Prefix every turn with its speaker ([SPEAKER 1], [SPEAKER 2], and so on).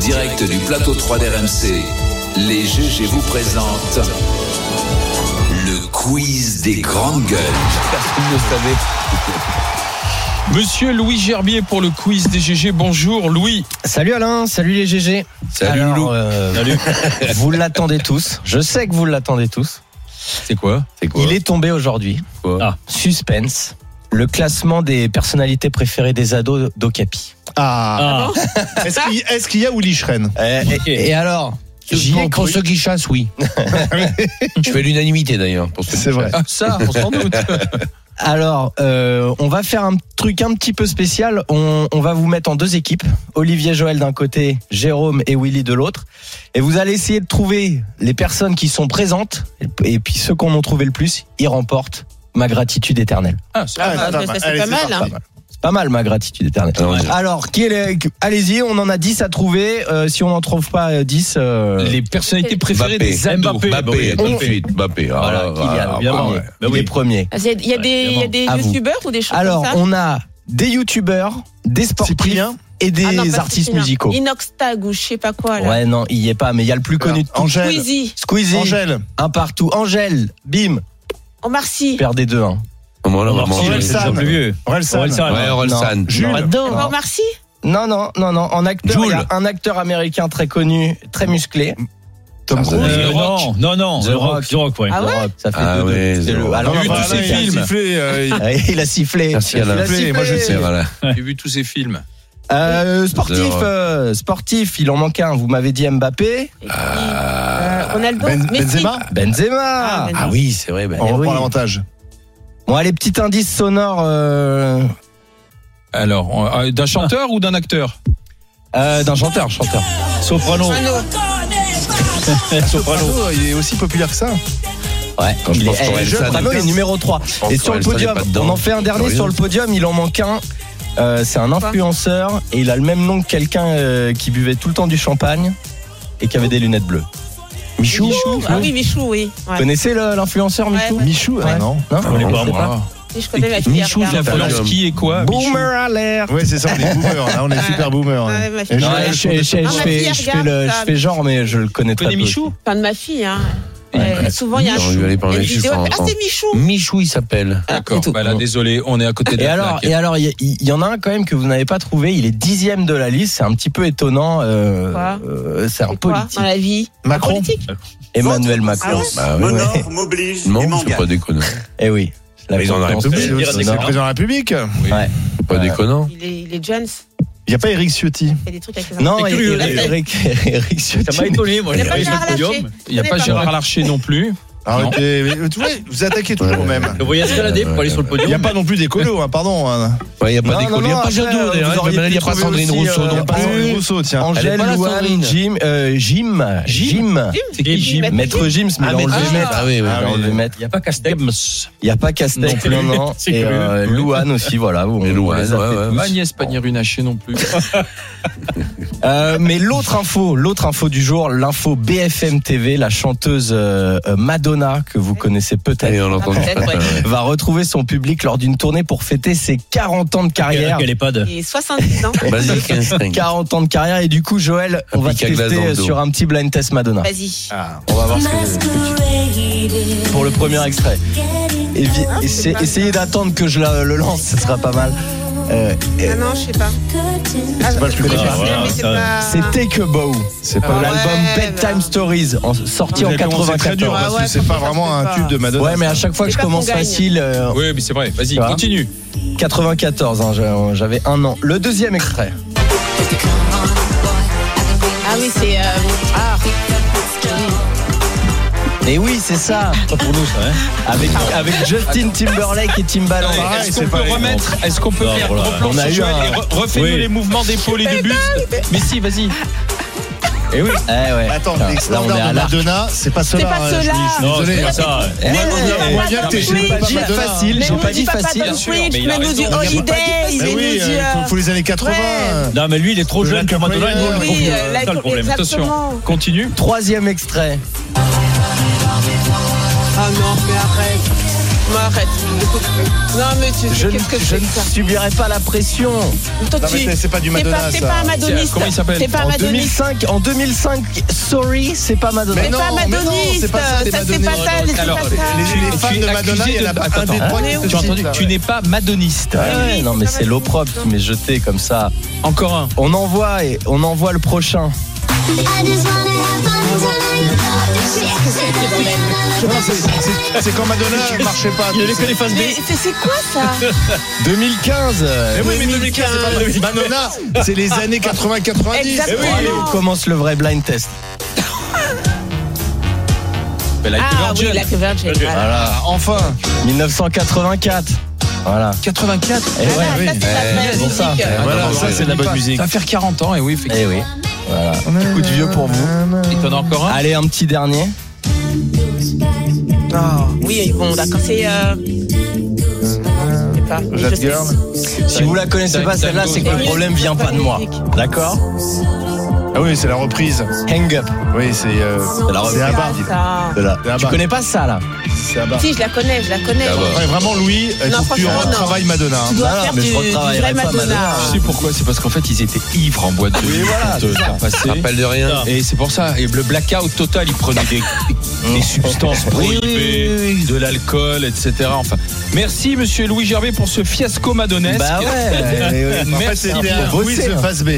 [SPEAKER 1] direct du plateau 3 d'RMC, les GG vous présentent le quiz des grandes gueules.
[SPEAKER 2] Personne ne savait. Monsieur Louis Gerbier pour le quiz des GG. Bonjour Louis.
[SPEAKER 3] Salut Alain, salut les GG.
[SPEAKER 1] Salut
[SPEAKER 3] Alors,
[SPEAKER 1] Lou.
[SPEAKER 3] euh,
[SPEAKER 2] Salut.
[SPEAKER 3] vous l'attendez tous. Je sais que vous l'attendez tous.
[SPEAKER 2] C'est quoi C'est
[SPEAKER 3] Il est tombé aujourd'hui.
[SPEAKER 2] Quoi
[SPEAKER 3] Ah. Suspense. Le classement des personnalités préférées des ados d'Ocapi.
[SPEAKER 4] Ah. Est-ce qu'il est-ce qu'il y a Willy Schren
[SPEAKER 3] Euh, et- Et, alors J'y ai
[SPEAKER 5] Pour ceux qui chassent, oui. Je fais l'unanimité d'ailleurs. pour ceux qui
[SPEAKER 4] C'est vrai.
[SPEAKER 6] Ah,
[SPEAKER 5] chassent.
[SPEAKER 2] Ah, Ça, on s'en doute.
[SPEAKER 3] Alors, euh, on va faire un truc un petit peu spécial. On, on va vous mettre en deux équipes. Olivier Joël d'un côté, Jérôme et Willy de l'autre. Et vous allez essayer de trouver les personnes qui sont présentes. Et puis ceux qu'on a trouvé le plus, ils remportent ma gratitude éternelle.
[SPEAKER 2] Ah, ça.
[SPEAKER 4] Ah,
[SPEAKER 6] bah, ça, c'est
[SPEAKER 4] Allez,
[SPEAKER 6] pas
[SPEAKER 4] c'est
[SPEAKER 6] mal,
[SPEAKER 4] parti.
[SPEAKER 6] hein.
[SPEAKER 4] Pas mal.
[SPEAKER 3] C'est pas mal ma gratitude éternelle.
[SPEAKER 5] Alors, vas-y.
[SPEAKER 3] Alors, qui est le- allez-y, on en a 10 à trouver. Euh, si on n'en trouve pas euh, 10, euh,
[SPEAKER 2] Les personnalités préférées
[SPEAKER 5] Mbappé.
[SPEAKER 2] des ados.
[SPEAKER 5] Mbappé,
[SPEAKER 2] Mbappé. Bah
[SPEAKER 5] tout de suite. Mbappé. Ah,
[SPEAKER 3] voilà,
[SPEAKER 5] ah,
[SPEAKER 3] Kylian,
[SPEAKER 5] ah,
[SPEAKER 3] bien
[SPEAKER 5] ah,
[SPEAKER 3] premier.
[SPEAKER 5] ouais.
[SPEAKER 3] Il est premier.
[SPEAKER 6] Ah, c'est- Il y a des, il y a des
[SPEAKER 3] À vous.
[SPEAKER 6] youtubeurs ou des choses
[SPEAKER 3] Alors,
[SPEAKER 6] comme ça
[SPEAKER 3] on a des youtubeurs, des sportifs
[SPEAKER 4] Cyprien
[SPEAKER 3] et des
[SPEAKER 6] Ah non, pas
[SPEAKER 3] artistes
[SPEAKER 6] Christina.
[SPEAKER 3] musicaux.
[SPEAKER 6] Inox Tag ou je sais pas quoi. Là.
[SPEAKER 3] Ouais, non, il y est pas, mais il y a le plus connu de tous.
[SPEAKER 4] Angèle.
[SPEAKER 6] Squeezie,
[SPEAKER 3] Squeezie,
[SPEAKER 4] Angèle.
[SPEAKER 3] un partout. Angèle, bim,
[SPEAKER 6] Omar Sy,
[SPEAKER 3] perdez deux. Hein.
[SPEAKER 5] Comment là, maman
[SPEAKER 4] Orelsan.
[SPEAKER 5] Ouais,
[SPEAKER 4] Orelsan. Orelsan.
[SPEAKER 5] Orelsan.
[SPEAKER 4] Jules.
[SPEAKER 6] C'est pas Omar Sy
[SPEAKER 3] Non, non, non, non. En acteur,
[SPEAKER 5] Jul.
[SPEAKER 3] il y a un acteur américain très connu, très musclé. Tom
[SPEAKER 5] Ça, ça
[SPEAKER 3] Cruise.
[SPEAKER 5] dit-
[SPEAKER 7] Euh,
[SPEAKER 5] The
[SPEAKER 7] non, non, non, The,
[SPEAKER 3] The Rock.
[SPEAKER 7] Rock, The Rock, ouais.
[SPEAKER 6] Ah ouais
[SPEAKER 3] Europe, ça fait
[SPEAKER 5] Ah
[SPEAKER 3] deux, deux.
[SPEAKER 5] ouais,
[SPEAKER 3] C'est le-
[SPEAKER 5] zéro.
[SPEAKER 3] alors,
[SPEAKER 2] J'ai vu
[SPEAKER 3] voilà,
[SPEAKER 2] tous ces
[SPEAKER 3] il a- Ah
[SPEAKER 2] films.
[SPEAKER 3] Il a sifflé.
[SPEAKER 5] Merci,
[SPEAKER 3] Il a
[SPEAKER 5] Alain.
[SPEAKER 3] sifflé.
[SPEAKER 5] Moi, je sais. Voilà.
[SPEAKER 2] J'ai vu tous ces films.
[SPEAKER 3] Euh, sportif,
[SPEAKER 5] Zéro.
[SPEAKER 3] euh, sportif, il en manque un. Vous m'avez dit Mbappé,
[SPEAKER 6] Et puis, euh, Ronaldo,
[SPEAKER 4] Ben-
[SPEAKER 6] Messi.
[SPEAKER 4] Benzema
[SPEAKER 3] Benzema.
[SPEAKER 6] Ah, Benzema.
[SPEAKER 5] Ah oui, c'est vrai. ben.
[SPEAKER 4] On
[SPEAKER 3] Eh oui.
[SPEAKER 4] reprend l'avantage.
[SPEAKER 3] Bon, allez, petit indice sonore. euh,
[SPEAKER 2] Alors, on- euh, d'un chanteur ou d'un acteur
[SPEAKER 3] euh, d'un chanteur, chanteur.
[SPEAKER 7] Soprano, Soprano.
[SPEAKER 4] Oh, il est aussi populaire que ça.
[SPEAKER 3] Ouais,
[SPEAKER 5] Quand je
[SPEAKER 3] il
[SPEAKER 5] pense
[SPEAKER 3] est, eh,
[SPEAKER 5] qu'Orelsan
[SPEAKER 3] Jeux
[SPEAKER 5] est
[SPEAKER 3] Prano, il est
[SPEAKER 5] dedans.
[SPEAKER 3] numéro 3.
[SPEAKER 5] Je pense
[SPEAKER 3] Et sur le
[SPEAKER 5] qu'Orelsan
[SPEAKER 3] podium,
[SPEAKER 5] est pas dedans.
[SPEAKER 3] on en fait un dernier
[SPEAKER 5] Curieux.
[SPEAKER 3] sur le podium, il en manque un. Euh, c'est un influenceur et il a le même nom que quelqu'un euh, qui buvait tout le temps du champagne et qui avait des lunettes bleues. Michou, Ben-
[SPEAKER 6] Michou. Ah oui, Michou, oui.
[SPEAKER 3] Vous
[SPEAKER 6] Ouais.
[SPEAKER 3] connaissez le- l'influenceur
[SPEAKER 6] Ouais,
[SPEAKER 3] Michou
[SPEAKER 6] ouais.
[SPEAKER 3] Michou,
[SPEAKER 6] Ouais.
[SPEAKER 4] Non.
[SPEAKER 3] Non,
[SPEAKER 7] connais
[SPEAKER 3] on
[SPEAKER 7] pas,
[SPEAKER 3] sait
[SPEAKER 7] moi.
[SPEAKER 6] Je connais ma fille.
[SPEAKER 2] Michou,
[SPEAKER 6] elle
[SPEAKER 2] la
[SPEAKER 6] regarde.
[SPEAKER 2] France qui est quoi Michou
[SPEAKER 3] Boomer alert.
[SPEAKER 4] Oui, c'est ça, on est boomer. Là, on est super boomer.
[SPEAKER 6] Ah. Ouais,
[SPEAKER 4] hein.
[SPEAKER 6] ma
[SPEAKER 4] Et
[SPEAKER 6] fille.
[SPEAKER 3] Non,
[SPEAKER 4] Joël,
[SPEAKER 3] je, je- je- je
[SPEAKER 6] Ah, ma
[SPEAKER 3] fais,
[SPEAKER 6] fille, elle
[SPEAKER 3] je fais
[SPEAKER 6] regarde
[SPEAKER 3] le, je
[SPEAKER 6] ça.
[SPEAKER 3] fais genre, mais je le connais
[SPEAKER 2] Vous
[SPEAKER 3] très
[SPEAKER 2] connaissez
[SPEAKER 3] peu.
[SPEAKER 2] Michou
[SPEAKER 6] Enfin, de ma fille, hein.
[SPEAKER 3] Ouais.
[SPEAKER 6] Euh, souvent, il y a un
[SPEAKER 5] J'aurais dû
[SPEAKER 6] chou.
[SPEAKER 5] aller parler
[SPEAKER 6] Il y a une
[SPEAKER 5] de
[SPEAKER 6] vidéo,
[SPEAKER 5] Michou,
[SPEAKER 6] Ah, c'est Michou.
[SPEAKER 5] Michou, il s'appelle.
[SPEAKER 2] D'accord. Bah là, désolé, on est à côté de
[SPEAKER 3] Et
[SPEAKER 2] la
[SPEAKER 3] alors,
[SPEAKER 2] plaque.
[SPEAKER 3] et alors, il y, il y en a un quand même que vous n'avez pas trouvé. Il est dixième de la liste. C'est un petit peu étonnant. euh,
[SPEAKER 6] Quoi
[SPEAKER 3] euh, c'est un
[SPEAKER 6] C'est quoi
[SPEAKER 3] politique.
[SPEAKER 6] dans la vie
[SPEAKER 4] Macron.
[SPEAKER 6] Politique
[SPEAKER 3] Emmanuel Macron.
[SPEAKER 5] Bah oui.
[SPEAKER 8] Mon
[SPEAKER 3] ouais.
[SPEAKER 8] or m'oblige et
[SPEAKER 5] Non, c'est
[SPEAKER 8] m'engage.
[SPEAKER 5] pas déconnant.
[SPEAKER 3] Eh oui. La
[SPEAKER 5] Ils en arrêtent
[SPEAKER 3] conférence,
[SPEAKER 5] plus.
[SPEAKER 3] euh,
[SPEAKER 4] C'est aussi le
[SPEAKER 3] sonore.
[SPEAKER 4] président de la République.
[SPEAKER 5] C'est Pas
[SPEAKER 3] Ouais.
[SPEAKER 5] déconnant.
[SPEAKER 6] Il est, il est Jones.
[SPEAKER 4] Il n'y a pas Eric Ciotti.
[SPEAKER 6] Il fait des trucs avec ses
[SPEAKER 3] Non,
[SPEAKER 7] C'est
[SPEAKER 3] et-
[SPEAKER 7] curieux,
[SPEAKER 3] et-
[SPEAKER 7] d'ailleurs.
[SPEAKER 3] Eric, Eric Ciotti.
[SPEAKER 7] étonné, moi.
[SPEAKER 6] Il n'y a pas Gérard Larcher.
[SPEAKER 2] Il n'y a
[SPEAKER 6] Je
[SPEAKER 2] pas
[SPEAKER 6] connais
[SPEAKER 2] Gérard Larcher non plus.
[SPEAKER 4] Arrêtez. mais Vous voyez, vous attaquez toujours
[SPEAKER 5] Ouais.
[SPEAKER 4] au même.
[SPEAKER 7] Le voyage escalader pour aller sur le
[SPEAKER 4] Il n'y a
[SPEAKER 7] podium.
[SPEAKER 4] pas non plus des colos, hein, pardon. hein.
[SPEAKER 5] Ouais, Il n'y a
[SPEAKER 3] Non,
[SPEAKER 5] pas
[SPEAKER 3] non,
[SPEAKER 5] déconnant. Il n'y
[SPEAKER 3] non,
[SPEAKER 5] a pas
[SPEAKER 3] après,
[SPEAKER 5] Jadot
[SPEAKER 3] vous
[SPEAKER 5] d'ailleurs.
[SPEAKER 3] auriez
[SPEAKER 5] Il n'y
[SPEAKER 3] pu
[SPEAKER 5] a pas
[SPEAKER 3] trouver
[SPEAKER 5] Sandrine
[SPEAKER 3] aussi, euh,
[SPEAKER 5] Rousseau
[SPEAKER 4] Il n'y a
[SPEAKER 5] non
[SPEAKER 4] pas
[SPEAKER 3] Ah, oui.
[SPEAKER 4] Sandrine Rousseau, tiens.
[SPEAKER 5] Elle est
[SPEAKER 3] Angèle,
[SPEAKER 5] pas là,
[SPEAKER 3] Louane,
[SPEAKER 5] Sandrine.
[SPEAKER 3] Jim, euh, Jim, Jim,
[SPEAKER 2] C'est qui, Jim
[SPEAKER 3] Maître Jim, mais
[SPEAKER 7] Ah,
[SPEAKER 3] il a
[SPEAKER 7] mais
[SPEAKER 3] enlevé
[SPEAKER 7] Jim.
[SPEAKER 3] Maître.
[SPEAKER 5] Ah oui,
[SPEAKER 3] Il
[SPEAKER 5] oui.
[SPEAKER 3] a
[SPEAKER 4] oui.
[SPEAKER 3] enlevé Maître.
[SPEAKER 7] Il n'y a pas Castex.
[SPEAKER 3] Il n'y a pas Castex, non,
[SPEAKER 7] Non.
[SPEAKER 3] non.
[SPEAKER 7] C'est
[SPEAKER 3] Et
[SPEAKER 7] curieux.
[SPEAKER 3] euh, Louane aussi, voilà. on-
[SPEAKER 5] Et
[SPEAKER 3] on
[SPEAKER 5] Louane,
[SPEAKER 3] les a
[SPEAKER 5] ouais,
[SPEAKER 3] fait
[SPEAKER 5] ouais,
[SPEAKER 3] tous.
[SPEAKER 2] Agnès Pannier-Runacher non plus.
[SPEAKER 3] Euh, mais l'autre info, l'autre info du jour, l'info BFM TV, la chanteuse euh, euh, Madonna que vous connaissez
[SPEAKER 5] Et
[SPEAKER 3] peut-être,
[SPEAKER 5] on l'a entendu.
[SPEAKER 6] Ah, peut-être, ouais.
[SPEAKER 3] va retrouver son public lors d'une tournée pour fêter ses 40 ans de carrière.
[SPEAKER 7] Quel EHPAD
[SPEAKER 6] Il est 70 ans.
[SPEAKER 5] Vas-y, 15
[SPEAKER 3] 40 ans de carrière et du coup Joël, on
[SPEAKER 5] Un
[SPEAKER 3] va te
[SPEAKER 5] pic à glace dans
[SPEAKER 3] tester
[SPEAKER 5] le dos.
[SPEAKER 3] sur un petit blind test Madonna.
[SPEAKER 6] Vas-y.
[SPEAKER 4] Ah,
[SPEAKER 3] On va voir ce que pour le premier extrait. Évi-
[SPEAKER 6] Ah, c'est
[SPEAKER 3] essa-
[SPEAKER 6] pas-
[SPEAKER 3] essayez d'attendre que je la- le lance, ce sera pas mal. Euh,
[SPEAKER 6] Ah non, je sais pas. Ah,
[SPEAKER 4] pas le plus
[SPEAKER 6] je
[SPEAKER 4] connu.
[SPEAKER 6] sais,
[SPEAKER 7] Ah,
[SPEAKER 6] mais c'est
[SPEAKER 7] ouais,
[SPEAKER 6] pas-
[SPEAKER 3] c'est Take a Bow,
[SPEAKER 4] C'est
[SPEAKER 3] de
[SPEAKER 4] pas
[SPEAKER 3] l'album
[SPEAKER 6] Ah ouais,
[SPEAKER 3] Bedtime
[SPEAKER 6] bah.
[SPEAKER 3] Stories, en- sorti en
[SPEAKER 4] Vous avez commencé très
[SPEAKER 3] 94.
[SPEAKER 4] dur parce
[SPEAKER 6] Ah
[SPEAKER 4] que
[SPEAKER 6] ouais,
[SPEAKER 4] c'est pas
[SPEAKER 6] faut
[SPEAKER 4] vraiment
[SPEAKER 6] faire
[SPEAKER 4] un
[SPEAKER 6] ça.
[SPEAKER 4] tube de
[SPEAKER 5] Ah
[SPEAKER 4] Madonna.
[SPEAKER 3] Ouais, mais à chaque fois que
[SPEAKER 6] C'est
[SPEAKER 3] je
[SPEAKER 6] pas
[SPEAKER 3] commence
[SPEAKER 6] qu'on gagne.
[SPEAKER 3] facile, euh,
[SPEAKER 2] Ah Oui, mais c'est vrai. Vas-y,
[SPEAKER 3] Ça va
[SPEAKER 2] continue.
[SPEAKER 3] 94, hein, j'a- j'avais un an. Le deuxième extrait.
[SPEAKER 6] Ah oui, c'est. euh, Ah,
[SPEAKER 3] Et oui, c'est ça.
[SPEAKER 7] Pas pour nous, ça, hein.
[SPEAKER 3] Avec, avec Justin Timberlake et Ah Timbaland.
[SPEAKER 4] pareil,
[SPEAKER 2] Est-ce
[SPEAKER 4] c'est
[SPEAKER 2] qu'on
[SPEAKER 4] pas
[SPEAKER 2] peut
[SPEAKER 4] les
[SPEAKER 2] remettre Est-ce qu'on peut
[SPEAKER 7] Non,
[SPEAKER 2] faire
[SPEAKER 7] voilà.
[SPEAKER 2] replan
[SPEAKER 3] On a
[SPEAKER 2] sur
[SPEAKER 3] eu
[SPEAKER 2] Joël
[SPEAKER 3] un-
[SPEAKER 2] et re- Refais-nous
[SPEAKER 7] Oui.
[SPEAKER 2] les mouvements d'épaule et de buste. Mais si, vas-y.
[SPEAKER 3] Et oui. Eh ouais.
[SPEAKER 4] Attends,
[SPEAKER 3] Putain, là, on Eh,
[SPEAKER 4] les
[SPEAKER 3] est
[SPEAKER 4] standards
[SPEAKER 3] à
[SPEAKER 4] de
[SPEAKER 3] la.
[SPEAKER 4] Madonna, c'est pas cela.
[SPEAKER 6] c'est pas
[SPEAKER 4] hein,
[SPEAKER 6] cela.
[SPEAKER 7] Non,
[SPEAKER 4] Désolé,
[SPEAKER 7] c'est pas
[SPEAKER 4] hein.
[SPEAKER 7] ça.
[SPEAKER 2] Eh,
[SPEAKER 7] ouais.
[SPEAKER 6] Mais nous,
[SPEAKER 4] on voit bien que t'es
[SPEAKER 6] dis
[SPEAKER 4] chez
[SPEAKER 6] pas
[SPEAKER 4] pas
[SPEAKER 3] J'ai pas dit
[SPEAKER 6] Madonna.
[SPEAKER 4] Madonna,
[SPEAKER 3] facile,
[SPEAKER 6] Mais
[SPEAKER 3] j'ai
[SPEAKER 6] nous,
[SPEAKER 3] pas
[SPEAKER 6] dis
[SPEAKER 3] dit
[SPEAKER 6] pas
[SPEAKER 3] facile.
[SPEAKER 6] Papa
[SPEAKER 2] bien sûr,
[SPEAKER 6] Switch,
[SPEAKER 2] mais il a
[SPEAKER 6] mais nous
[SPEAKER 2] raison.
[SPEAKER 6] dis
[SPEAKER 2] Il y a
[SPEAKER 6] Holidays,
[SPEAKER 4] Mais
[SPEAKER 6] mais nous
[SPEAKER 4] oui,
[SPEAKER 6] dis.
[SPEAKER 4] il faut, faut les années 80. hein.
[SPEAKER 7] Non, mais lui, il est trop
[SPEAKER 4] Le
[SPEAKER 7] jeune pour
[SPEAKER 4] Black
[SPEAKER 7] Madonna.
[SPEAKER 4] Player.
[SPEAKER 7] il
[SPEAKER 6] Oui,
[SPEAKER 7] est trop vieux.
[SPEAKER 6] euh,
[SPEAKER 7] C'est ça le problème.
[SPEAKER 6] exactement.
[SPEAKER 2] Continue.
[SPEAKER 3] Troisième extrait.
[SPEAKER 6] Ah non, mais arrête. Non, arrête. Écoute. Non, mais tu
[SPEAKER 3] Je
[SPEAKER 6] sais
[SPEAKER 3] ne,
[SPEAKER 6] qu'est-ce que
[SPEAKER 3] je
[SPEAKER 6] c'est
[SPEAKER 3] ne
[SPEAKER 6] que ça
[SPEAKER 3] subirai pas la pression.
[SPEAKER 6] Toi,
[SPEAKER 4] Non, mais
[SPEAKER 6] tu-
[SPEAKER 4] c'est- c'est pas du
[SPEAKER 6] t'es
[SPEAKER 4] Madonna,
[SPEAKER 6] pas- T'es
[SPEAKER 4] ça.
[SPEAKER 6] pas un madoniste.
[SPEAKER 2] Comment il s'appelle
[SPEAKER 6] T'es pas un
[SPEAKER 3] En
[SPEAKER 6] madoniste.
[SPEAKER 3] 2005, en 2005, sorry, c'est pas Madonna.
[SPEAKER 6] T'es pas un
[SPEAKER 4] mais non,
[SPEAKER 6] madoniste.
[SPEAKER 4] c'est pas ça,
[SPEAKER 6] Ça,
[SPEAKER 4] les
[SPEAKER 6] c'est pas
[SPEAKER 4] madonistes.
[SPEAKER 6] ça. c'est
[SPEAKER 2] Alors,
[SPEAKER 6] pas
[SPEAKER 2] les-
[SPEAKER 6] ça.
[SPEAKER 4] Les, les
[SPEAKER 2] Tu
[SPEAKER 4] fans
[SPEAKER 2] es
[SPEAKER 4] de Madonna,
[SPEAKER 2] accusé
[SPEAKER 4] il y en a
[SPEAKER 2] de-
[SPEAKER 4] pas un
[SPEAKER 2] Attends,
[SPEAKER 4] des trois qui
[SPEAKER 6] hein,
[SPEAKER 4] se
[SPEAKER 2] Tu as entendu
[SPEAKER 4] titre,
[SPEAKER 2] Tu n'es pas madoniste.
[SPEAKER 3] Ah ouais,
[SPEAKER 6] oui,
[SPEAKER 3] non
[SPEAKER 6] ça
[SPEAKER 3] mais
[SPEAKER 6] va,
[SPEAKER 3] c'est
[SPEAKER 6] ça
[SPEAKER 3] l'opprobre
[SPEAKER 6] va.
[SPEAKER 3] qui m'est jeté comme ça.
[SPEAKER 2] Encore un.
[SPEAKER 3] On envoie et on envoie le prochain.
[SPEAKER 4] Non, c'est- c'est- C'est quand Madonna marchait pas.
[SPEAKER 7] Il y avait que les faces B.
[SPEAKER 2] Eh
[SPEAKER 6] Mais c'est c'est quoi ça
[SPEAKER 3] 2015.
[SPEAKER 4] Mais oui, mais 2015, c'est pas Madonna. C'est les années 80-90.
[SPEAKER 6] Exactement.
[SPEAKER 3] Allez, on commence le vrai blind test.
[SPEAKER 2] Ben, Like a
[SPEAKER 6] Ah oui,
[SPEAKER 2] Virgin.
[SPEAKER 6] la Virgin. voilà.
[SPEAKER 4] Voilà, enfin.
[SPEAKER 3] 1984. Voilà.
[SPEAKER 2] 84.
[SPEAKER 3] Et ouais,
[SPEAKER 6] Voilà, ça, c'est la vraie
[SPEAKER 3] c'est pour
[SPEAKER 6] musique.
[SPEAKER 3] ça.
[SPEAKER 6] Eh,
[SPEAKER 4] Voilà, ça, c'est de la bonne musique.
[SPEAKER 2] Ça va faire 40 ans, et oui,
[SPEAKER 3] Eh
[SPEAKER 2] effectivement.
[SPEAKER 3] oui.
[SPEAKER 6] hein.
[SPEAKER 3] Voilà. Un coup de vieux pour vous.
[SPEAKER 2] Il t'en a encore un.
[SPEAKER 3] Allez, un petit dernier.
[SPEAKER 6] Oui, bon, d'accord. C'est. euh, Je sais pas. Je
[SPEAKER 4] Jet
[SPEAKER 6] sais.
[SPEAKER 4] Girl.
[SPEAKER 3] Si vous la connaissez pas, celle-là, c'est que le problème vient pas de moi. D'accord
[SPEAKER 4] Ah oui, c'est la reprise.
[SPEAKER 3] Hang up.
[SPEAKER 4] Oui, c'est. euh,
[SPEAKER 3] C'est la reprise.
[SPEAKER 4] C'est Abba.
[SPEAKER 6] Ah, ça.
[SPEAKER 3] Voilà.
[SPEAKER 4] C'est
[SPEAKER 3] Tu
[SPEAKER 4] Abba.
[SPEAKER 3] connais pas ça là
[SPEAKER 4] C'est Abba.
[SPEAKER 6] Si, je la connais, je la connais.
[SPEAKER 4] Ouais, vraiment, Louis, il
[SPEAKER 6] Non,
[SPEAKER 4] faut que tu
[SPEAKER 6] franchement, non.
[SPEAKER 4] retravailles Madonna. hein.
[SPEAKER 6] Tu dois
[SPEAKER 3] Ah bah. Non, non,
[SPEAKER 6] faire
[SPEAKER 3] mais
[SPEAKER 6] du,
[SPEAKER 3] je
[SPEAKER 6] du vrai
[SPEAKER 3] retravaillerai pas,
[SPEAKER 6] Madonna.
[SPEAKER 3] Madonna.
[SPEAKER 2] Tu sais pourquoi C'est parce qu'en fait, ils étaient ivres en boîte de nuit quand, euh, ça passait.
[SPEAKER 5] Rappel de rien.
[SPEAKER 2] Et c'est pour ça. Et le blackout total, ils prenaient des, des substances prohibées, de l'alcool, etc. Enfin, merci, monsieur Louis Gervais, pour ce fiasco madonesque.
[SPEAKER 3] Bah ouais.
[SPEAKER 4] En fait,
[SPEAKER 2] Merci
[SPEAKER 4] c'était un
[SPEAKER 3] pour bosser,
[SPEAKER 4] quiz de
[SPEAKER 3] hein.
[SPEAKER 4] face B.